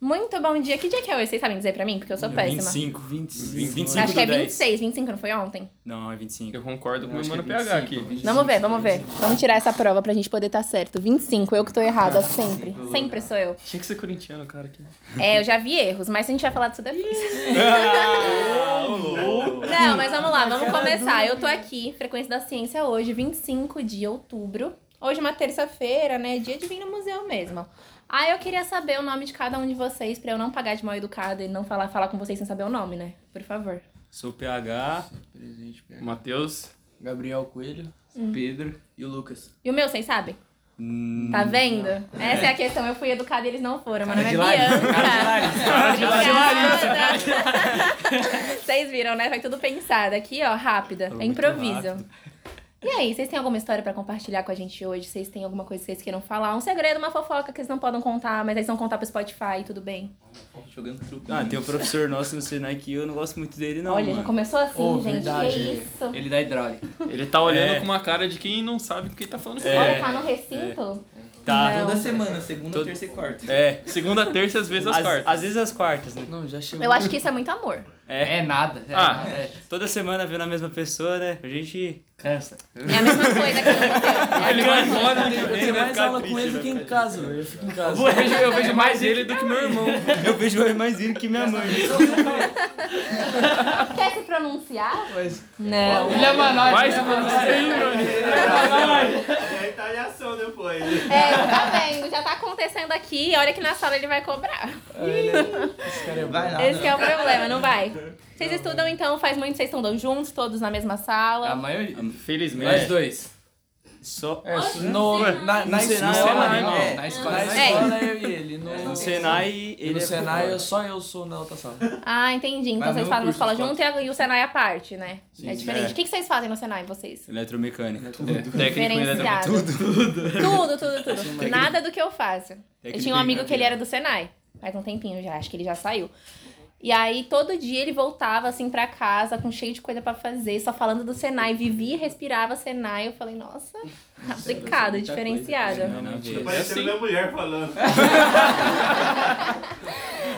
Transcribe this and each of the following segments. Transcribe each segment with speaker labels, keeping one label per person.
Speaker 1: Muito bom dia. Que dia que é hoje? Vocês sabem dizer pra mim? Porque eu sou péssima.
Speaker 2: 25.
Speaker 3: 25.
Speaker 2: 25
Speaker 1: Acho que é
Speaker 2: do 10.
Speaker 1: 26, 25, não foi ontem?
Speaker 2: Não, é 25.
Speaker 3: Eu concordo com o meu
Speaker 2: Acho que
Speaker 3: mano
Speaker 2: é
Speaker 3: PH
Speaker 2: 25,
Speaker 3: aqui.
Speaker 2: 25.
Speaker 1: Vamos ver, vamos ver. Vamos tirar essa prova pra gente poder estar certo. 25, eu que tô errada, sempre. Sempre sou eu.
Speaker 3: Tinha que ser corintiano, cara. Aqui.
Speaker 1: É, eu já vi erros, mas a gente vai falar disso depois.
Speaker 2: Ah, ô, louco.
Speaker 1: Não, mas vamos lá, vamos começar. Eu tô aqui, Frequência da Ciência, hoje, 25 de outubro. Hoje é uma terça-feira, né? Dia de vir no museu mesmo. Ah, eu queria saber o nome de cada um de vocês pra eu não pagar de mal educada e não falar, falar com vocês sem saber o nome, né? Por favor.
Speaker 2: Sou PH.
Speaker 4: Presente, PH.
Speaker 3: Matheus.
Speaker 4: Gabriel Coelho, Pedro e o Lucas.
Speaker 1: E o meu, vocês sabem?
Speaker 2: Hum,
Speaker 1: Tá vendo? Essa é a questão. Eu fui educada e eles não foram. Meu nome é
Speaker 2: de Larissa,
Speaker 1: Bianca.
Speaker 2: cara de
Speaker 1: Obrigada. Vocês viram, né? Foi tudo pensado aqui, ó, rápida.
Speaker 2: Foi
Speaker 1: É
Speaker 2: muito
Speaker 1: improviso.
Speaker 2: rápido.
Speaker 1: E aí, vocês têm alguma história pra compartilhar com a gente hoje? Vocês têm alguma coisa que vocês queiram falar? Um segredo, uma fofoca que eles não podem contar, mas eles vão contar pro Spotify, tudo bem?
Speaker 4: Jogando truco.
Speaker 2: Ah, tem um professor nosso no Senai que eu não gosto muito dele, não.
Speaker 1: Olha, já
Speaker 2: mano.
Speaker 1: começou assim,
Speaker 4: Oh,
Speaker 1: gente.
Speaker 4: verdade.
Speaker 1: Que isso?
Speaker 4: Ele dá hidráulica.
Speaker 3: Ele tá olhando
Speaker 2: É.
Speaker 3: com uma cara de quem não sabe o que tá falando.
Speaker 2: É.
Speaker 1: Olha, tá no recinto?
Speaker 2: Tá.
Speaker 1: Não.
Speaker 4: Toda semana, segunda,
Speaker 2: Todo-
Speaker 4: terça e quarta.
Speaker 2: É.
Speaker 3: Segunda, terça, às vezes às
Speaker 2: Às,
Speaker 3: quartas.
Speaker 2: às vezes as quartas, né?
Speaker 4: Não, já chegou.
Speaker 1: Eu acho que isso é muito amor.
Speaker 2: É.
Speaker 4: É nada. É
Speaker 3: Ah.
Speaker 4: nada, é.
Speaker 2: Toda semana vendo a mesma pessoa, né? A gente.
Speaker 4: Cansa.
Speaker 1: É a mesma coisa que aconteceu.
Speaker 3: Ele vai embora,
Speaker 2: né?
Speaker 4: Eu
Speaker 3: ele
Speaker 4: tenho
Speaker 3: vai
Speaker 4: mais
Speaker 3: ficar
Speaker 4: aula com
Speaker 3: triste,
Speaker 4: ele
Speaker 3: vai
Speaker 4: que em
Speaker 3: ficar
Speaker 4: casa. Eu fico em casa.
Speaker 3: Eu vejo, eu vejo mais ele do que meu irmão.
Speaker 2: Eu vejo mais mais ele que minha mãe.
Speaker 1: Quer se pronunciar?
Speaker 4: Mas-
Speaker 1: Não.
Speaker 4: Ele é manóide.
Speaker 3: Vai
Speaker 4: ele
Speaker 3: se
Speaker 4: é manóide.
Speaker 5: É italiação depois.
Speaker 1: É, tá vendo? Já tá acontecendo aqui. Olha que na sala ele vai cobrar.
Speaker 4: Esse cara é vai nada.
Speaker 1: Esse que é o problema, não vai. Vocês estudam então, faz muito, vocês estudam juntos, todos na mesma
Speaker 4: A
Speaker 1: sala.
Speaker 4: maioria.
Speaker 2: Felizmente.
Speaker 4: Nós dois.
Speaker 2: Só.
Speaker 4: No, na, na
Speaker 2: No
Speaker 4: escola,
Speaker 2: Senai,
Speaker 4: não,
Speaker 2: né?
Speaker 4: na escola,
Speaker 1: É.
Speaker 4: na escola eu e ele. No,
Speaker 2: No Senai, ele.
Speaker 4: no
Speaker 2: é
Speaker 4: Senai,
Speaker 2: fora.
Speaker 4: eu, só eu sou na outra sala.
Speaker 1: Ah, entendi. Então
Speaker 4: Mas
Speaker 1: vocês fazem
Speaker 4: mesmo
Speaker 1: na
Speaker 4: curso,
Speaker 1: escola
Speaker 4: os
Speaker 1: junto e a- e o Senai à parte, né? é diferente.
Speaker 2: é.
Speaker 1: O que que vocês fazem no Senai, vocês?
Speaker 2: Eletromecânica.
Speaker 3: Técnico é em eletrônica.
Speaker 1: Diferenciado. Tudo, tudo, tudo, tudo. Nada do que eu faço. Eu
Speaker 6: É
Speaker 2: Técnico
Speaker 1: tinha um amigo que
Speaker 2: em-
Speaker 1: ele era do Senai. Faz um tempinho já, acho que ele já saiu. E aí, todo dia ele voltava, assim, pra casa, com cheio de coisa pra fazer, só falando do Senai. Vivia e respirava Senai. Eu falei, nossa,
Speaker 6: é
Speaker 1: aplicado, diferenciado.
Speaker 6: né?
Speaker 2: Não, não, vejo.
Speaker 5: Parecendo minha mulher falando.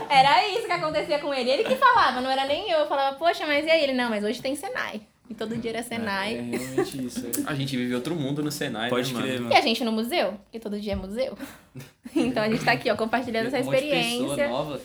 Speaker 1: Era isso que acontecia com ele. Ele que falava, não era nem eu. Eu falava, poxa, mas e aí? Ele, não, mas hoje tem Senai. E todo dia era
Speaker 4: É
Speaker 1: Senai.
Speaker 4: realmente isso. é.
Speaker 3: A gente vive outro mundo no Senai,
Speaker 2: Pode
Speaker 3: né,
Speaker 2: crer,
Speaker 6: É,
Speaker 3: mano?
Speaker 2: mano.
Speaker 1: E a gente no museu, porque todo dia é museu. Então a gente tá aqui, ó, compartilhando essa
Speaker 6: Um monte de pessoa
Speaker 1: experiência.
Speaker 6: nova.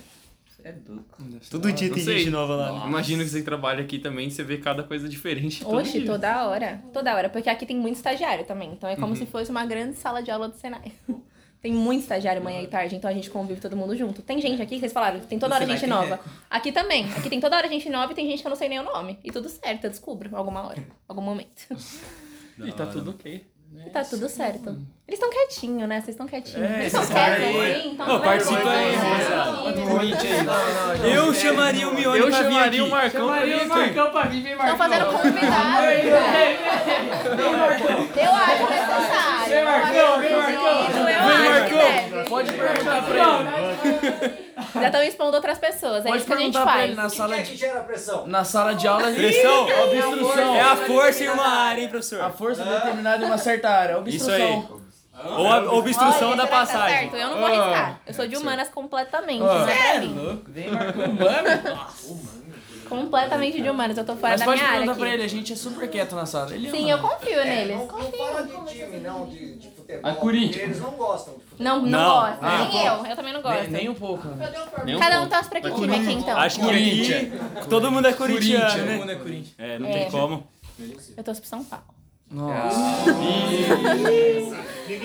Speaker 6: Você é louco.
Speaker 2: Todo dia
Speaker 3: não
Speaker 2: tem
Speaker 3: sei.
Speaker 2: gente nova lá. né?
Speaker 3: Imagino que você trabalha aqui também, você vê cada coisa diferente. todo
Speaker 1: Oxe,
Speaker 3: dia.
Speaker 1: toda hora. Toda hora, porque aqui tem muito estagiário também. Então é como se fosse uma grande sala de aula do Senai. Tem muito estagiário manhã e tarde, então a gente convive todo mundo junto. Tem gente aqui, que vocês falaram, tem toda
Speaker 6: No
Speaker 1: hora
Speaker 6: Senai
Speaker 1: gente
Speaker 6: tem
Speaker 1: nova. Aqui também. Aqui tem toda hora gente nova e tem gente que eu não sei nem o nome. E tudo certo, eu descubro alguma hora, algum momento.
Speaker 3: E tá tudo ok.
Speaker 1: E Tá tudo certo. Eles estão quietinhos, né? Vocês estão quietinhos.
Speaker 2: É,
Speaker 1: Eles estão
Speaker 2: esses
Speaker 1: quietos,
Speaker 2: caras aí.
Speaker 1: assim, então.
Speaker 2: Não,
Speaker 1: vai,
Speaker 2: participa
Speaker 1: vai,
Speaker 2: aí,
Speaker 1: vai,
Speaker 2: moçada.
Speaker 1: vai, vai.
Speaker 2: Eu chamaria o Mione
Speaker 3: Eu
Speaker 2: pra vir
Speaker 3: chamaria
Speaker 2: aqui.
Speaker 3: o Marcão pra vir
Speaker 4: Chamaria o
Speaker 3: aqui.
Speaker 4: Marcão pra mim, vem
Speaker 1: Estão
Speaker 4: Marcão.
Speaker 1: Tá fazendo convidado. né? Eu acho necessário. Eu acho
Speaker 4: Marcão, vem,
Speaker 1: preciso, eu acho né? que deve.
Speaker 4: Pode perguntar pra ele.
Speaker 1: Já estão expondo outras pessoas. É
Speaker 4: Tá. Pode
Speaker 1: isso que a gente
Speaker 4: perguntar pra ele
Speaker 1: faz.
Speaker 4: na sala
Speaker 5: que
Speaker 4: de,
Speaker 5: gera pressão?
Speaker 4: na sala de aula.
Speaker 2: Pressão?
Speaker 4: Ih, Obstrução.
Speaker 2: É a força em uma área, hein,
Speaker 4: A
Speaker 2: professor?
Speaker 4: força determinada em uma certa área.
Speaker 2: Isso
Speaker 4: Obstrução.
Speaker 2: aí. Ou a obstrução
Speaker 1: Olha, será
Speaker 2: da
Speaker 1: que tá
Speaker 2: passagem.
Speaker 1: certo? Eu
Speaker 4: Ah,
Speaker 1: não vou arriscar. Eu sou de humanas completamente. não é pra mim.
Speaker 4: Vem Marcão. Mano.
Speaker 1: Completamente de humanas. Eu tô fora
Speaker 4: Mas
Speaker 1: da
Speaker 4: pode
Speaker 1: minha área
Speaker 4: perguntar pra
Speaker 1: aqui.
Speaker 4: ele, a gente é super quieto na sala. Ele é
Speaker 1: Sim,
Speaker 4: um-
Speaker 1: eu confio neles.
Speaker 5: fala de time, não, de, de futebol.
Speaker 4: A Corinthians.
Speaker 5: porque Eles não gostam de futebol.
Speaker 1: Não, não,
Speaker 2: Não.
Speaker 1: gosto.
Speaker 2: Ah,
Speaker 1: nem eu. Eu também não gosto.
Speaker 4: Nem, nem um pouco. né?
Speaker 3: Nem um
Speaker 1: Cada um
Speaker 3: pouco.
Speaker 1: torce pra que time aqui, então?
Speaker 2: Acho que aqui todo mundo é corintiano,
Speaker 4: Todo
Speaker 2: né?
Speaker 4: mundo é Corinthians.
Speaker 2: É, não
Speaker 1: É.
Speaker 2: tem como.
Speaker 1: Eu torço pro São Paulo.
Speaker 4: Nossa.
Speaker 5: Ninguém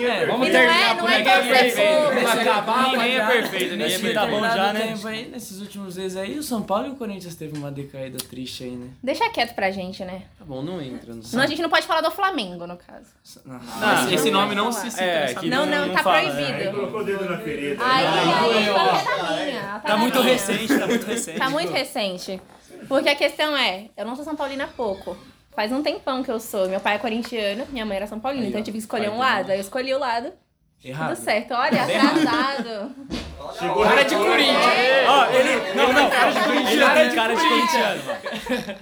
Speaker 4: É,
Speaker 3: Vamos
Speaker 1: E não é-
Speaker 3: terminar
Speaker 1: não
Speaker 3: por
Speaker 1: é
Speaker 3: aqui.
Speaker 1: torcer
Speaker 3: ninguém
Speaker 1: por-
Speaker 3: é perfeito.
Speaker 4: Acabar,
Speaker 3: Ninguém é
Speaker 4: vai dar.
Speaker 3: perfeito. Ninguém é
Speaker 2: Nesse
Speaker 4: Nesse
Speaker 3: perfeito.
Speaker 2: tá bom já, né?
Speaker 4: tempo aí, nesses últimos meses aí, o São Paulo e o Corinthians teve uma decaída triste aí, né?
Speaker 1: Deixa quieto pra gente, né?
Speaker 3: Tá bom, não entra. Não
Speaker 1: Senão a gente não pode falar do Flamengo, no caso.
Speaker 4: Nossa.
Speaker 3: Ah,
Speaker 1: Não,
Speaker 3: esse
Speaker 1: não
Speaker 3: nome
Speaker 1: vai
Speaker 3: não
Speaker 1: falar.
Speaker 3: se
Speaker 2: É,
Speaker 3: cita.
Speaker 2: que
Speaker 1: Não, não,
Speaker 2: não
Speaker 1: tá
Speaker 2: fala,
Speaker 1: proibido.
Speaker 4: né?
Speaker 5: Colocou o dedo na ferida.
Speaker 1: Aí, aí, ela tá na minha, ela
Speaker 2: Tá
Speaker 1: na
Speaker 2: muito
Speaker 1: minha.
Speaker 2: recente, tá muito recente.
Speaker 1: Tá muito recente. Porque a questão é, eu não sou São Paulina há pouco. Faz um tempão que eu sou. Meu pai é corintiano, minha mãe era São Paulina, então eu tive que escolher um lado. Aí eu escolhi o lado, tudo
Speaker 4: Errado.
Speaker 1: certo. Olha, atrasado.
Speaker 5: Chegou
Speaker 4: Cara de Corinthians.
Speaker 2: Ó, ele. Não, não, cara de corintiano. Ele tem cara de corintiano.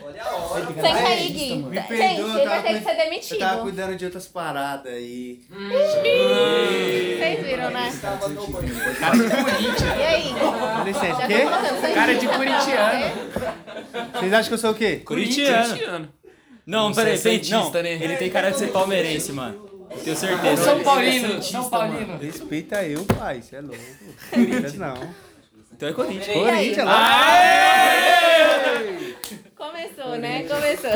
Speaker 5: Olha a hora.
Speaker 1: Senta
Speaker 7: É
Speaker 1: aí,
Speaker 7: isso,
Speaker 1: Gui.
Speaker 7: mano.
Speaker 1: Gente,
Speaker 7: Me perdoa,
Speaker 1: ele
Speaker 7: eu
Speaker 1: vai
Speaker 7: tava
Speaker 1: ter que ser
Speaker 7: Eu tava
Speaker 1: demitido.
Speaker 7: cuidando de outras paradas aí.
Speaker 1: Vocês viram, né?
Speaker 5: Tava no Corinthians.
Speaker 1: E aí?
Speaker 5: Ah.
Speaker 7: Com licença,
Speaker 1: Já
Speaker 7: o quê?
Speaker 1: tô falando, vocês
Speaker 4: Cara
Speaker 1: viram
Speaker 4: de
Speaker 1: que eu tava
Speaker 4: corintiano.
Speaker 1: falando?
Speaker 7: Vocês acham que eu sou o quê?
Speaker 2: Corintiano. Não,
Speaker 4: Você
Speaker 2: peraí,
Speaker 4: é
Speaker 2: tem.
Speaker 4: santista,
Speaker 2: Não,
Speaker 4: né?
Speaker 2: ele tem cara de ser palmeirense, mano. Tenho certeza.
Speaker 4: São Paulino.
Speaker 3: Santista,
Speaker 4: São Paulino.
Speaker 7: Respeita eu, pai. Você é louco. Corinthians não.
Speaker 2: Então é Corinthians.
Speaker 1: E aí?
Speaker 7: Corinthians, lá.
Speaker 1: Começou, né? Começou.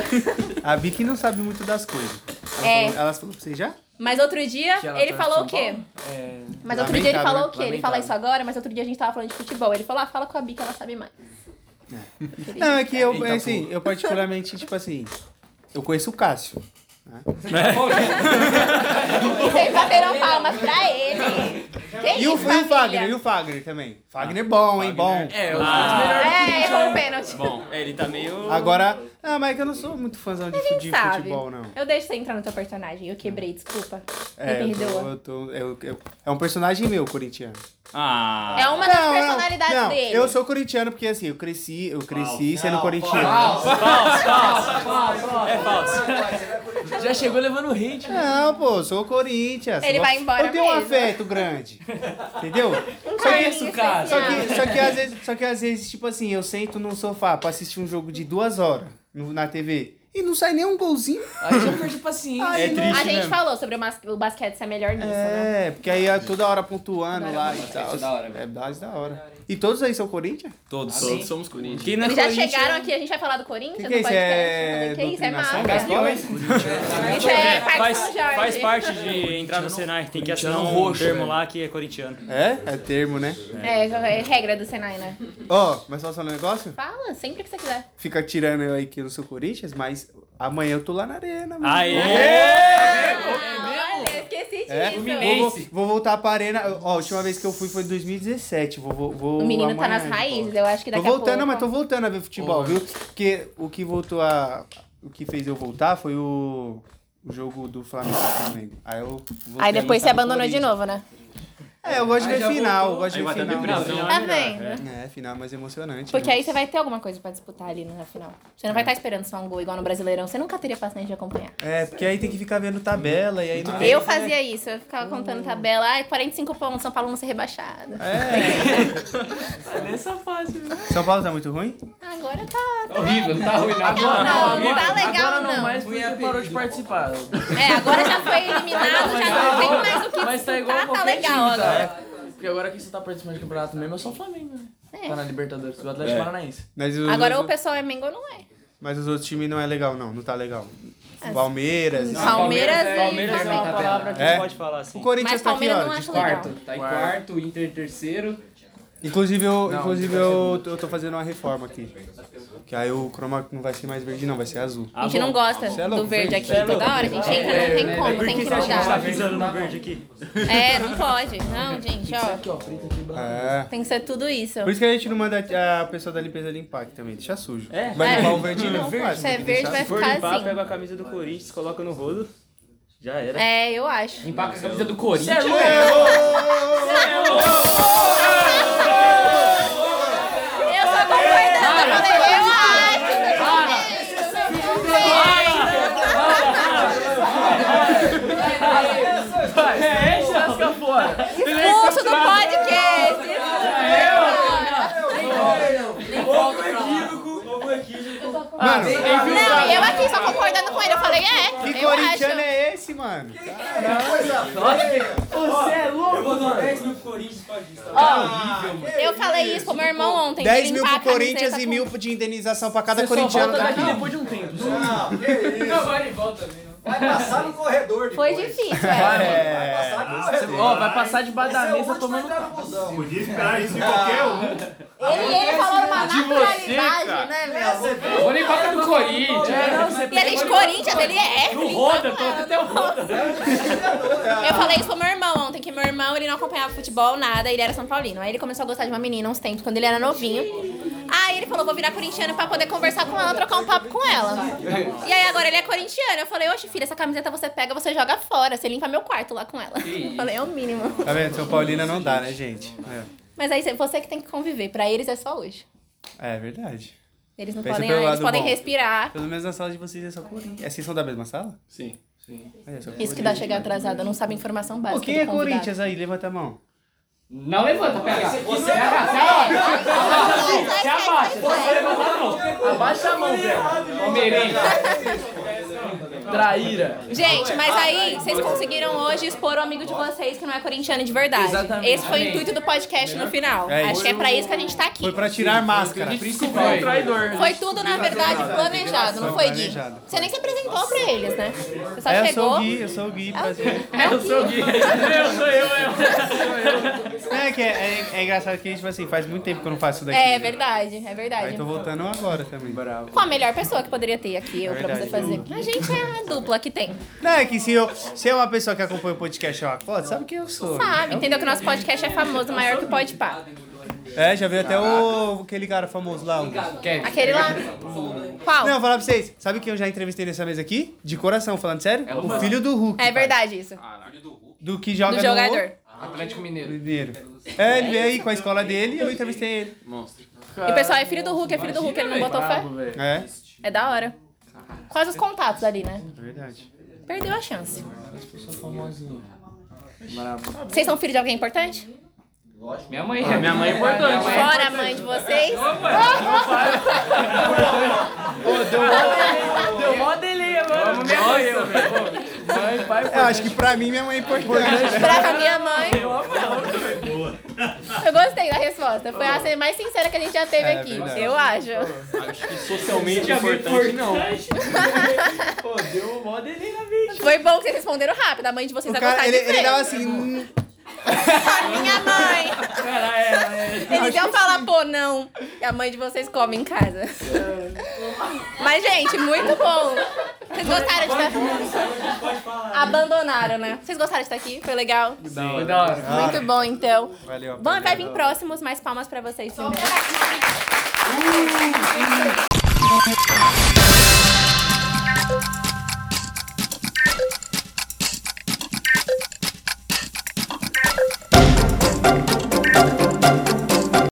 Speaker 7: A Bic não sabe muito das coisas. Ela
Speaker 1: É.
Speaker 7: falou- Elas falou pra você já?
Speaker 1: Mas outro dia,
Speaker 4: Que ela
Speaker 1: ele
Speaker 4: torce
Speaker 1: falou o
Speaker 4: São
Speaker 1: quê?
Speaker 4: É.
Speaker 1: Mas outro dia ele
Speaker 7: Lamentável,
Speaker 1: falou o
Speaker 7: né?
Speaker 1: quê? Ele fala
Speaker 7: Lamentável.
Speaker 1: isso agora, mas outro dia a gente tava falando de futebol. Ele falou, ah, fala com a Bi que ela sabe mais. Aquele
Speaker 7: Não, é que eu,
Speaker 4: Eita,
Speaker 7: assim, eu particularmente, tipo assim, eu conheço o Cássio.
Speaker 1: dia. Vocês bateram palmas pra ele. Que
Speaker 7: E o, e o
Speaker 1: É isso, família?
Speaker 7: Fagner, e o Fagner também. Fagner é bom, hein? Bom.
Speaker 4: É, eu
Speaker 2: Ah,
Speaker 1: É, errou o pênalti.
Speaker 3: Bom, é, ele tá meio.
Speaker 7: Agora. Ah, mas é que eu não sou muito fãzão de, fu- de
Speaker 1: sabe.
Speaker 7: futebol, não.
Speaker 1: Eu deixo você entrar no teu personagem. Eu quebrei, desculpa.
Speaker 7: É,
Speaker 1: Me
Speaker 7: eu tô-
Speaker 1: perdoa.
Speaker 7: eu tô- eu- eu- é um personagem meu, corintiano.
Speaker 2: Ah.
Speaker 1: É uma das personalidades
Speaker 7: não,
Speaker 1: dele.
Speaker 7: Eu sou corintiano porque assim, eu cresci, eu cresci sendo corintiano.
Speaker 1: um-
Speaker 2: É
Speaker 4: Já chegou levando hate.
Speaker 7: Não, pô, eu sou Corinthians.
Speaker 1: Ele
Speaker 7: Eu-
Speaker 1: vai embora
Speaker 7: Eu tenho um
Speaker 1: mesmo.
Speaker 7: afeto grande. entendeu?
Speaker 1: Um
Speaker 7: Só que-
Speaker 1: carinho
Speaker 4: cara,
Speaker 7: Só
Speaker 1: especial.
Speaker 7: que, só, que às vezes, só que às vezes, tipo assim, eu sento num sofá pra assistir um jogo de duas horas no- na TV e não sai nem um golzinho.
Speaker 4: Aí já perdi paciência.
Speaker 7: Ai,
Speaker 2: É
Speaker 7: não-
Speaker 1: A gente falou sobre o, mas- o basquete ser melhor nisso, né?
Speaker 7: né? É, porque aí é toda hora pontuando
Speaker 1: Toda
Speaker 7: lá
Speaker 1: hora
Speaker 7: e tal.
Speaker 6: Isso é da hora,
Speaker 7: É, base da hora. E todos aí são Corinthians?
Speaker 2: Todos.
Speaker 3: Todos somos Corinthians.
Speaker 2: Quem não é
Speaker 1: Eles já
Speaker 2: Corinthians-
Speaker 1: chegaram aqui, a gente vai falar do Corinthians?
Speaker 7: Que
Speaker 1: no
Speaker 7: que é isso? É
Speaker 1: podcast? Que isso? É
Speaker 7: doutrinação?
Speaker 1: máfia.
Speaker 7: Gascoigne?
Speaker 1: Isso é Parque
Speaker 2: Faz,
Speaker 1: São Jorge.
Speaker 2: faz parte de entrar no Senai, tem que assinar um
Speaker 4: Corintiano roxo, né?
Speaker 2: termo
Speaker 4: velho.
Speaker 2: lá que é corintiano.
Speaker 7: É? É termo, né?
Speaker 1: É, é regra do Senai, né?
Speaker 7: Ó, mas posso falar um negócio?
Speaker 1: Fala, sempre que você quiser.
Speaker 7: Fica tirando eu aí que eu não sou Corinthians, mas amanhã eu tô lá na arena, mano.
Speaker 4: É.
Speaker 2: Aê!
Speaker 1: Olha, eu esqueci disso.
Speaker 7: É, vou, vou- vou voltar pra arena. Ó, a última vez que eu fui foi em 2017. Vou, vou, vou
Speaker 1: O menino tá
Speaker 7: amanhã,
Speaker 1: nas
Speaker 7: então.
Speaker 1: raízes, eu acho que
Speaker 7: Tô
Speaker 1: daqui
Speaker 7: voltando,
Speaker 1: a pouco...
Speaker 7: mas tô voltando a ver futebol, viu? Porque o que voltou a. O que fez eu voltar foi o. O jogo do Flamengo e Flamengo. Aí eu voltei
Speaker 1: Aí depois
Speaker 7: a
Speaker 1: você
Speaker 7: gostar do
Speaker 1: abandonou de
Speaker 7: Corinthians.
Speaker 1: novo, né?
Speaker 7: É, eu gosto de
Speaker 4: Aí
Speaker 7: ver
Speaker 4: já
Speaker 7: final. Eu
Speaker 4: voltou.
Speaker 7: gosto de
Speaker 3: Aí
Speaker 7: ver
Speaker 3: vai dar
Speaker 7: final.
Speaker 3: depressão.
Speaker 1: Tá vendo?
Speaker 4: né?
Speaker 7: É, final mais emocionante.
Speaker 1: Porque
Speaker 7: né?
Speaker 1: aí você vai ter alguma coisa pra disputar ali na final. Você não vai estar esperando só um gol igual no Brasileirão. Você nunca teria paciência de acompanhar.
Speaker 7: É, porque aí tem que ficar vendo tabela e aí não
Speaker 1: Eu fazia isso, eu ficava contando tabela. Ai, 45 pontos, São Paulo não ser rebaixado.
Speaker 4: É Nessa fase, né? viu?
Speaker 7: É. São Paulo tá muito ruim?
Speaker 1: Agora tá. tá
Speaker 6: Horrível, tá ruim na
Speaker 1: legal, não, não tá
Speaker 4: Agora
Speaker 1: legal,
Speaker 4: não,
Speaker 1: não.
Speaker 4: mas porque parou de participar.
Speaker 1: É, agora já foi eliminado, já não tem mais o que
Speaker 4: Mas tá igual
Speaker 1: disputar, tá
Speaker 4: qualquer
Speaker 1: legal
Speaker 4: time, tá?
Speaker 1: agora.
Speaker 4: Porque agora que você tá participando de campeonato mesmo, é só o Flamengo, né?
Speaker 1: É.
Speaker 4: Tá na Libertadores, o Atlético Paranaense.
Speaker 7: Mas os,
Speaker 1: Agora o
Speaker 7: outros,
Speaker 1: pessoal é Mengo não é.
Speaker 7: mas os outros times não é legal, não. Não tá legal. Palmeiras.
Speaker 1: Palmeiras e
Speaker 2: Palmeiras é uma
Speaker 1: Flamengo.
Speaker 2: palavra que
Speaker 7: É.
Speaker 2: não pode falar assim.
Speaker 7: O Corinthians
Speaker 1: Mas
Speaker 7: tá aqui,
Speaker 1: Palmeiras não
Speaker 7: ó.
Speaker 1: acha legal.
Speaker 6: Quarto, tá em quarto, Inter terceiro.
Speaker 7: Inclusive, eu,
Speaker 4: Não,
Speaker 7: inclusive
Speaker 4: vai ser
Speaker 7: eu, tô- eu tô fazendo uma reforma aqui. Que aí o chroma não vai ser mais verde, não, vai ser azul.
Speaker 1: A gente não gosta
Speaker 7: Você é
Speaker 1: do
Speaker 7: louco,
Speaker 1: verde aqui
Speaker 7: você é
Speaker 1: toda hora. A gente entra, não tem como,
Speaker 2: Por
Speaker 1: tem
Speaker 2: que
Speaker 1: que
Speaker 2: você acha que a gente tá
Speaker 1: mudar.
Speaker 2: pisando no verde aqui?
Speaker 1: É, não pode. Não, gente,
Speaker 4: Isso
Speaker 1: ó.
Speaker 4: aqui, ó, preto aqui, branco.
Speaker 7: É.
Speaker 1: Tem que ser tudo isso.
Speaker 7: Por isso que a gente não manda a pessoa da limpeza limpar aqui também, deixa sujo.
Speaker 2: É.
Speaker 7: Vai
Speaker 1: É.
Speaker 7: limpar o verde não,
Speaker 1: Não,
Speaker 7: faz,
Speaker 1: se é
Speaker 7: tem que
Speaker 1: verde,
Speaker 7: deixar
Speaker 1: vai
Speaker 2: Se for
Speaker 1: ficar
Speaker 2: limpar,
Speaker 1: assim.
Speaker 2: pega a camisa do Corinthians, coloca no rodo. Já era.
Speaker 1: É, eu acho.
Speaker 6: Limpar com a camisa do Corinthians.
Speaker 4: Você é louco!
Speaker 1: Eu só concordando, eu falei, eu acho.
Speaker 4: É essa?
Speaker 2: então.
Speaker 4: Fica fora!
Speaker 1: Expulso do podcast. expulso.
Speaker 7: Mano,
Speaker 1: Não, Ah, eu aqui só concordando com ele. Eu falei, é,
Speaker 7: que
Speaker 1: eu acho.
Speaker 7: corintiano é esse, mano?
Speaker 4: é
Speaker 2: Eu vou dar 10 mil pro Corinthians pra
Speaker 7: é
Speaker 2: disso.
Speaker 1: Eu falei isso pro meu irmão ontem. de
Speaker 7: 10 mil
Speaker 1: limpar
Speaker 7: pro
Speaker 1: a camiseta
Speaker 7: Corinthians e
Speaker 1: com-
Speaker 7: mil de indenização pra cada
Speaker 4: Você só
Speaker 7: corintiano
Speaker 4: volta
Speaker 7: daqui.
Speaker 4: daqui depois de um tempo. só.
Speaker 5: É, Não, que isso.
Speaker 4: vai e volta mesmo.
Speaker 5: Vai passar no corredor depois.
Speaker 1: Foi difícil, é.
Speaker 5: Vai passar no corredor.
Speaker 4: Ó, vai passar debaixo da
Speaker 5: Esse é o
Speaker 4: mesa
Speaker 5: último a
Speaker 4: tomando
Speaker 5: entrar no busão.
Speaker 8: Podia esperar isso de qualquer um.
Speaker 1: Ah. Ele, ele falou uma
Speaker 5: é
Speaker 3: De você,
Speaker 1: naturalidade,
Speaker 3: cara.
Speaker 1: né, meu?
Speaker 6: Vou limpar com a do Corinthians.
Speaker 4: É, não, você
Speaker 1: E ele de Corinthians, ele é.
Speaker 3: No roda, tô
Speaker 2: tá
Speaker 3: até o roda.
Speaker 1: Eu falei isso pro meu irmão ontem, que meu irmão ele não acompanhava futebol, nada, ele era São Paulino. Aí ele começou a gostar de uma menina uns tempos, quando ele era novinho. Aí ele falou, vou virar corintiano pra poder conversar com ela, trocar um papo com ela. E aí agora ele é corintiano. Eu falei, oxe, filha, essa camiseta você pega, você joga fora, você limpa meu quarto lá com ela. Eu falei, é o mínimo.
Speaker 7: Tá vendo? São Paulina não dá, né, gente? É.
Speaker 1: Mas aí cê- você que tem que conviver. Pra eles é só hoje.
Speaker 7: É verdade.
Speaker 1: Eles não
Speaker 7: Pensa
Speaker 1: podem.
Speaker 7: pelo
Speaker 1: Eles
Speaker 7: lado
Speaker 1: podem
Speaker 7: bom.
Speaker 1: respirar.
Speaker 7: Pelo menos na sala de vocês é só Corinthians. É, vocês são da mesma sala?
Speaker 3: Sim.
Speaker 7: É, só
Speaker 1: Isso que dá chegar atrasada, não sabe a informação
Speaker 7: Pô,
Speaker 1: básica.
Speaker 7: quem
Speaker 1: do
Speaker 7: é
Speaker 1: convidado.
Speaker 7: Corinthians aí? Levanta a mão.
Speaker 6: Não levanta, pega. Você abaixa. Você abaixa. Você não vai levantar, não. Abaixa a mão, velho. Palmeirense.
Speaker 4: Traíra.
Speaker 1: Gente, mas aí vocês conseguiram hoje expor o amigo de vocês que não é corintiano de verdade.
Speaker 4: Exatamente.
Speaker 1: Esse foi o intuito do podcast no final.
Speaker 7: É
Speaker 1: Acho que é pra isso que a gente tá aqui.
Speaker 7: Foi pra tirar máscara.
Speaker 4: Principal.
Speaker 3: traidor.
Speaker 1: Foi tudo, na verdade, planejado, não foi, Gui?
Speaker 7: Planejado.
Speaker 1: Você nem se apresentou pra eles, né? Você só
Speaker 7: É, eu sou
Speaker 1: chegou. Ah, É
Speaker 7: o Gui, eu sou o Gui. prazer.
Speaker 3: Eu sou o Gui. Eu sou eu, eu.
Speaker 7: É que é, é- é engraçado que a gente, tipo assim, faz muito tempo que eu não faço isso daqui.
Speaker 1: É verdade, é
Speaker 7: Aí
Speaker 1: verdade.
Speaker 7: tô voltando agora também.
Speaker 1: Qual a melhor pessoa que poderia ter aqui eu, pra
Speaker 7: verdade.
Speaker 1: você fazer? A gente é a dupla que tem.
Speaker 7: Não, é que se eu se é uma pessoa que acompanha o podcast ela acorda, sabe quem eu sou.
Speaker 1: Sabe, entendeu que o nosso podcast é famoso, maior que o Pode Pá.
Speaker 7: É, já veio até o aquele cara famoso lá. o-
Speaker 1: Aquele lá. Qual?
Speaker 7: Não, falar pra vocês. Sabe quem eu já entrevistei nessa mesa aqui? De coração, falando sério? o filho do Hulk.
Speaker 1: É verdade isso.
Speaker 7: Do que joga
Speaker 1: Do
Speaker 7: no
Speaker 1: jogador.
Speaker 6: Atlético Mineiro.
Speaker 7: Mineiro. É, ele veio aí com a escola dele e eu entrevistei ele.
Speaker 1: E o pessoal é filho do Hulk, é filho do Hulk, ele não botou fé.
Speaker 7: É,
Speaker 1: É da hora. Quase os contatos ali, né?
Speaker 7: é verdade.
Speaker 1: Perdeu a chance. Vocês são filho de alguém importante?
Speaker 6: Minha mãe
Speaker 4: Ah,
Speaker 6: é.
Speaker 3: Minha mãe é importante.
Speaker 1: Fora a mãe de vocês. então.
Speaker 4: Deu mó delay agora.
Speaker 3: Minha mãe eu, velho.
Speaker 4: Mãe, pai,
Speaker 7: Eu acho que pra mim minha mãe é importante.
Speaker 1: Pra minha mãe. Eu gostei da resposta. Foi a mais sincera que a gente já teve
Speaker 7: É,
Speaker 1: aqui.
Speaker 7: verdade.
Speaker 1: Eu acho.
Speaker 3: Socialmente é importante, não.
Speaker 4: Pô, deu mó delay na vida.
Speaker 1: Foi bom que vocês responderam rápido. A mãe de vocês
Speaker 7: O
Speaker 1: vai
Speaker 7: cara,
Speaker 1: gostar
Speaker 7: ele,
Speaker 1: de
Speaker 7: ele
Speaker 1: ver.
Speaker 7: dava assim. hum,
Speaker 1: A minha mãe. Eles iam falar, pô, não. E a mãe de vocês come em casa. Mas, gente, muito bom. Vocês gostaram de estar... Abandonaram, né? Vocês gostaram de estar aqui? Foi legal?
Speaker 6: Foi da hora.
Speaker 1: Muito bom, então.
Speaker 7: Valeu.
Speaker 1: Bom, vai vir próximos, mais palmas pra vocês primeiro.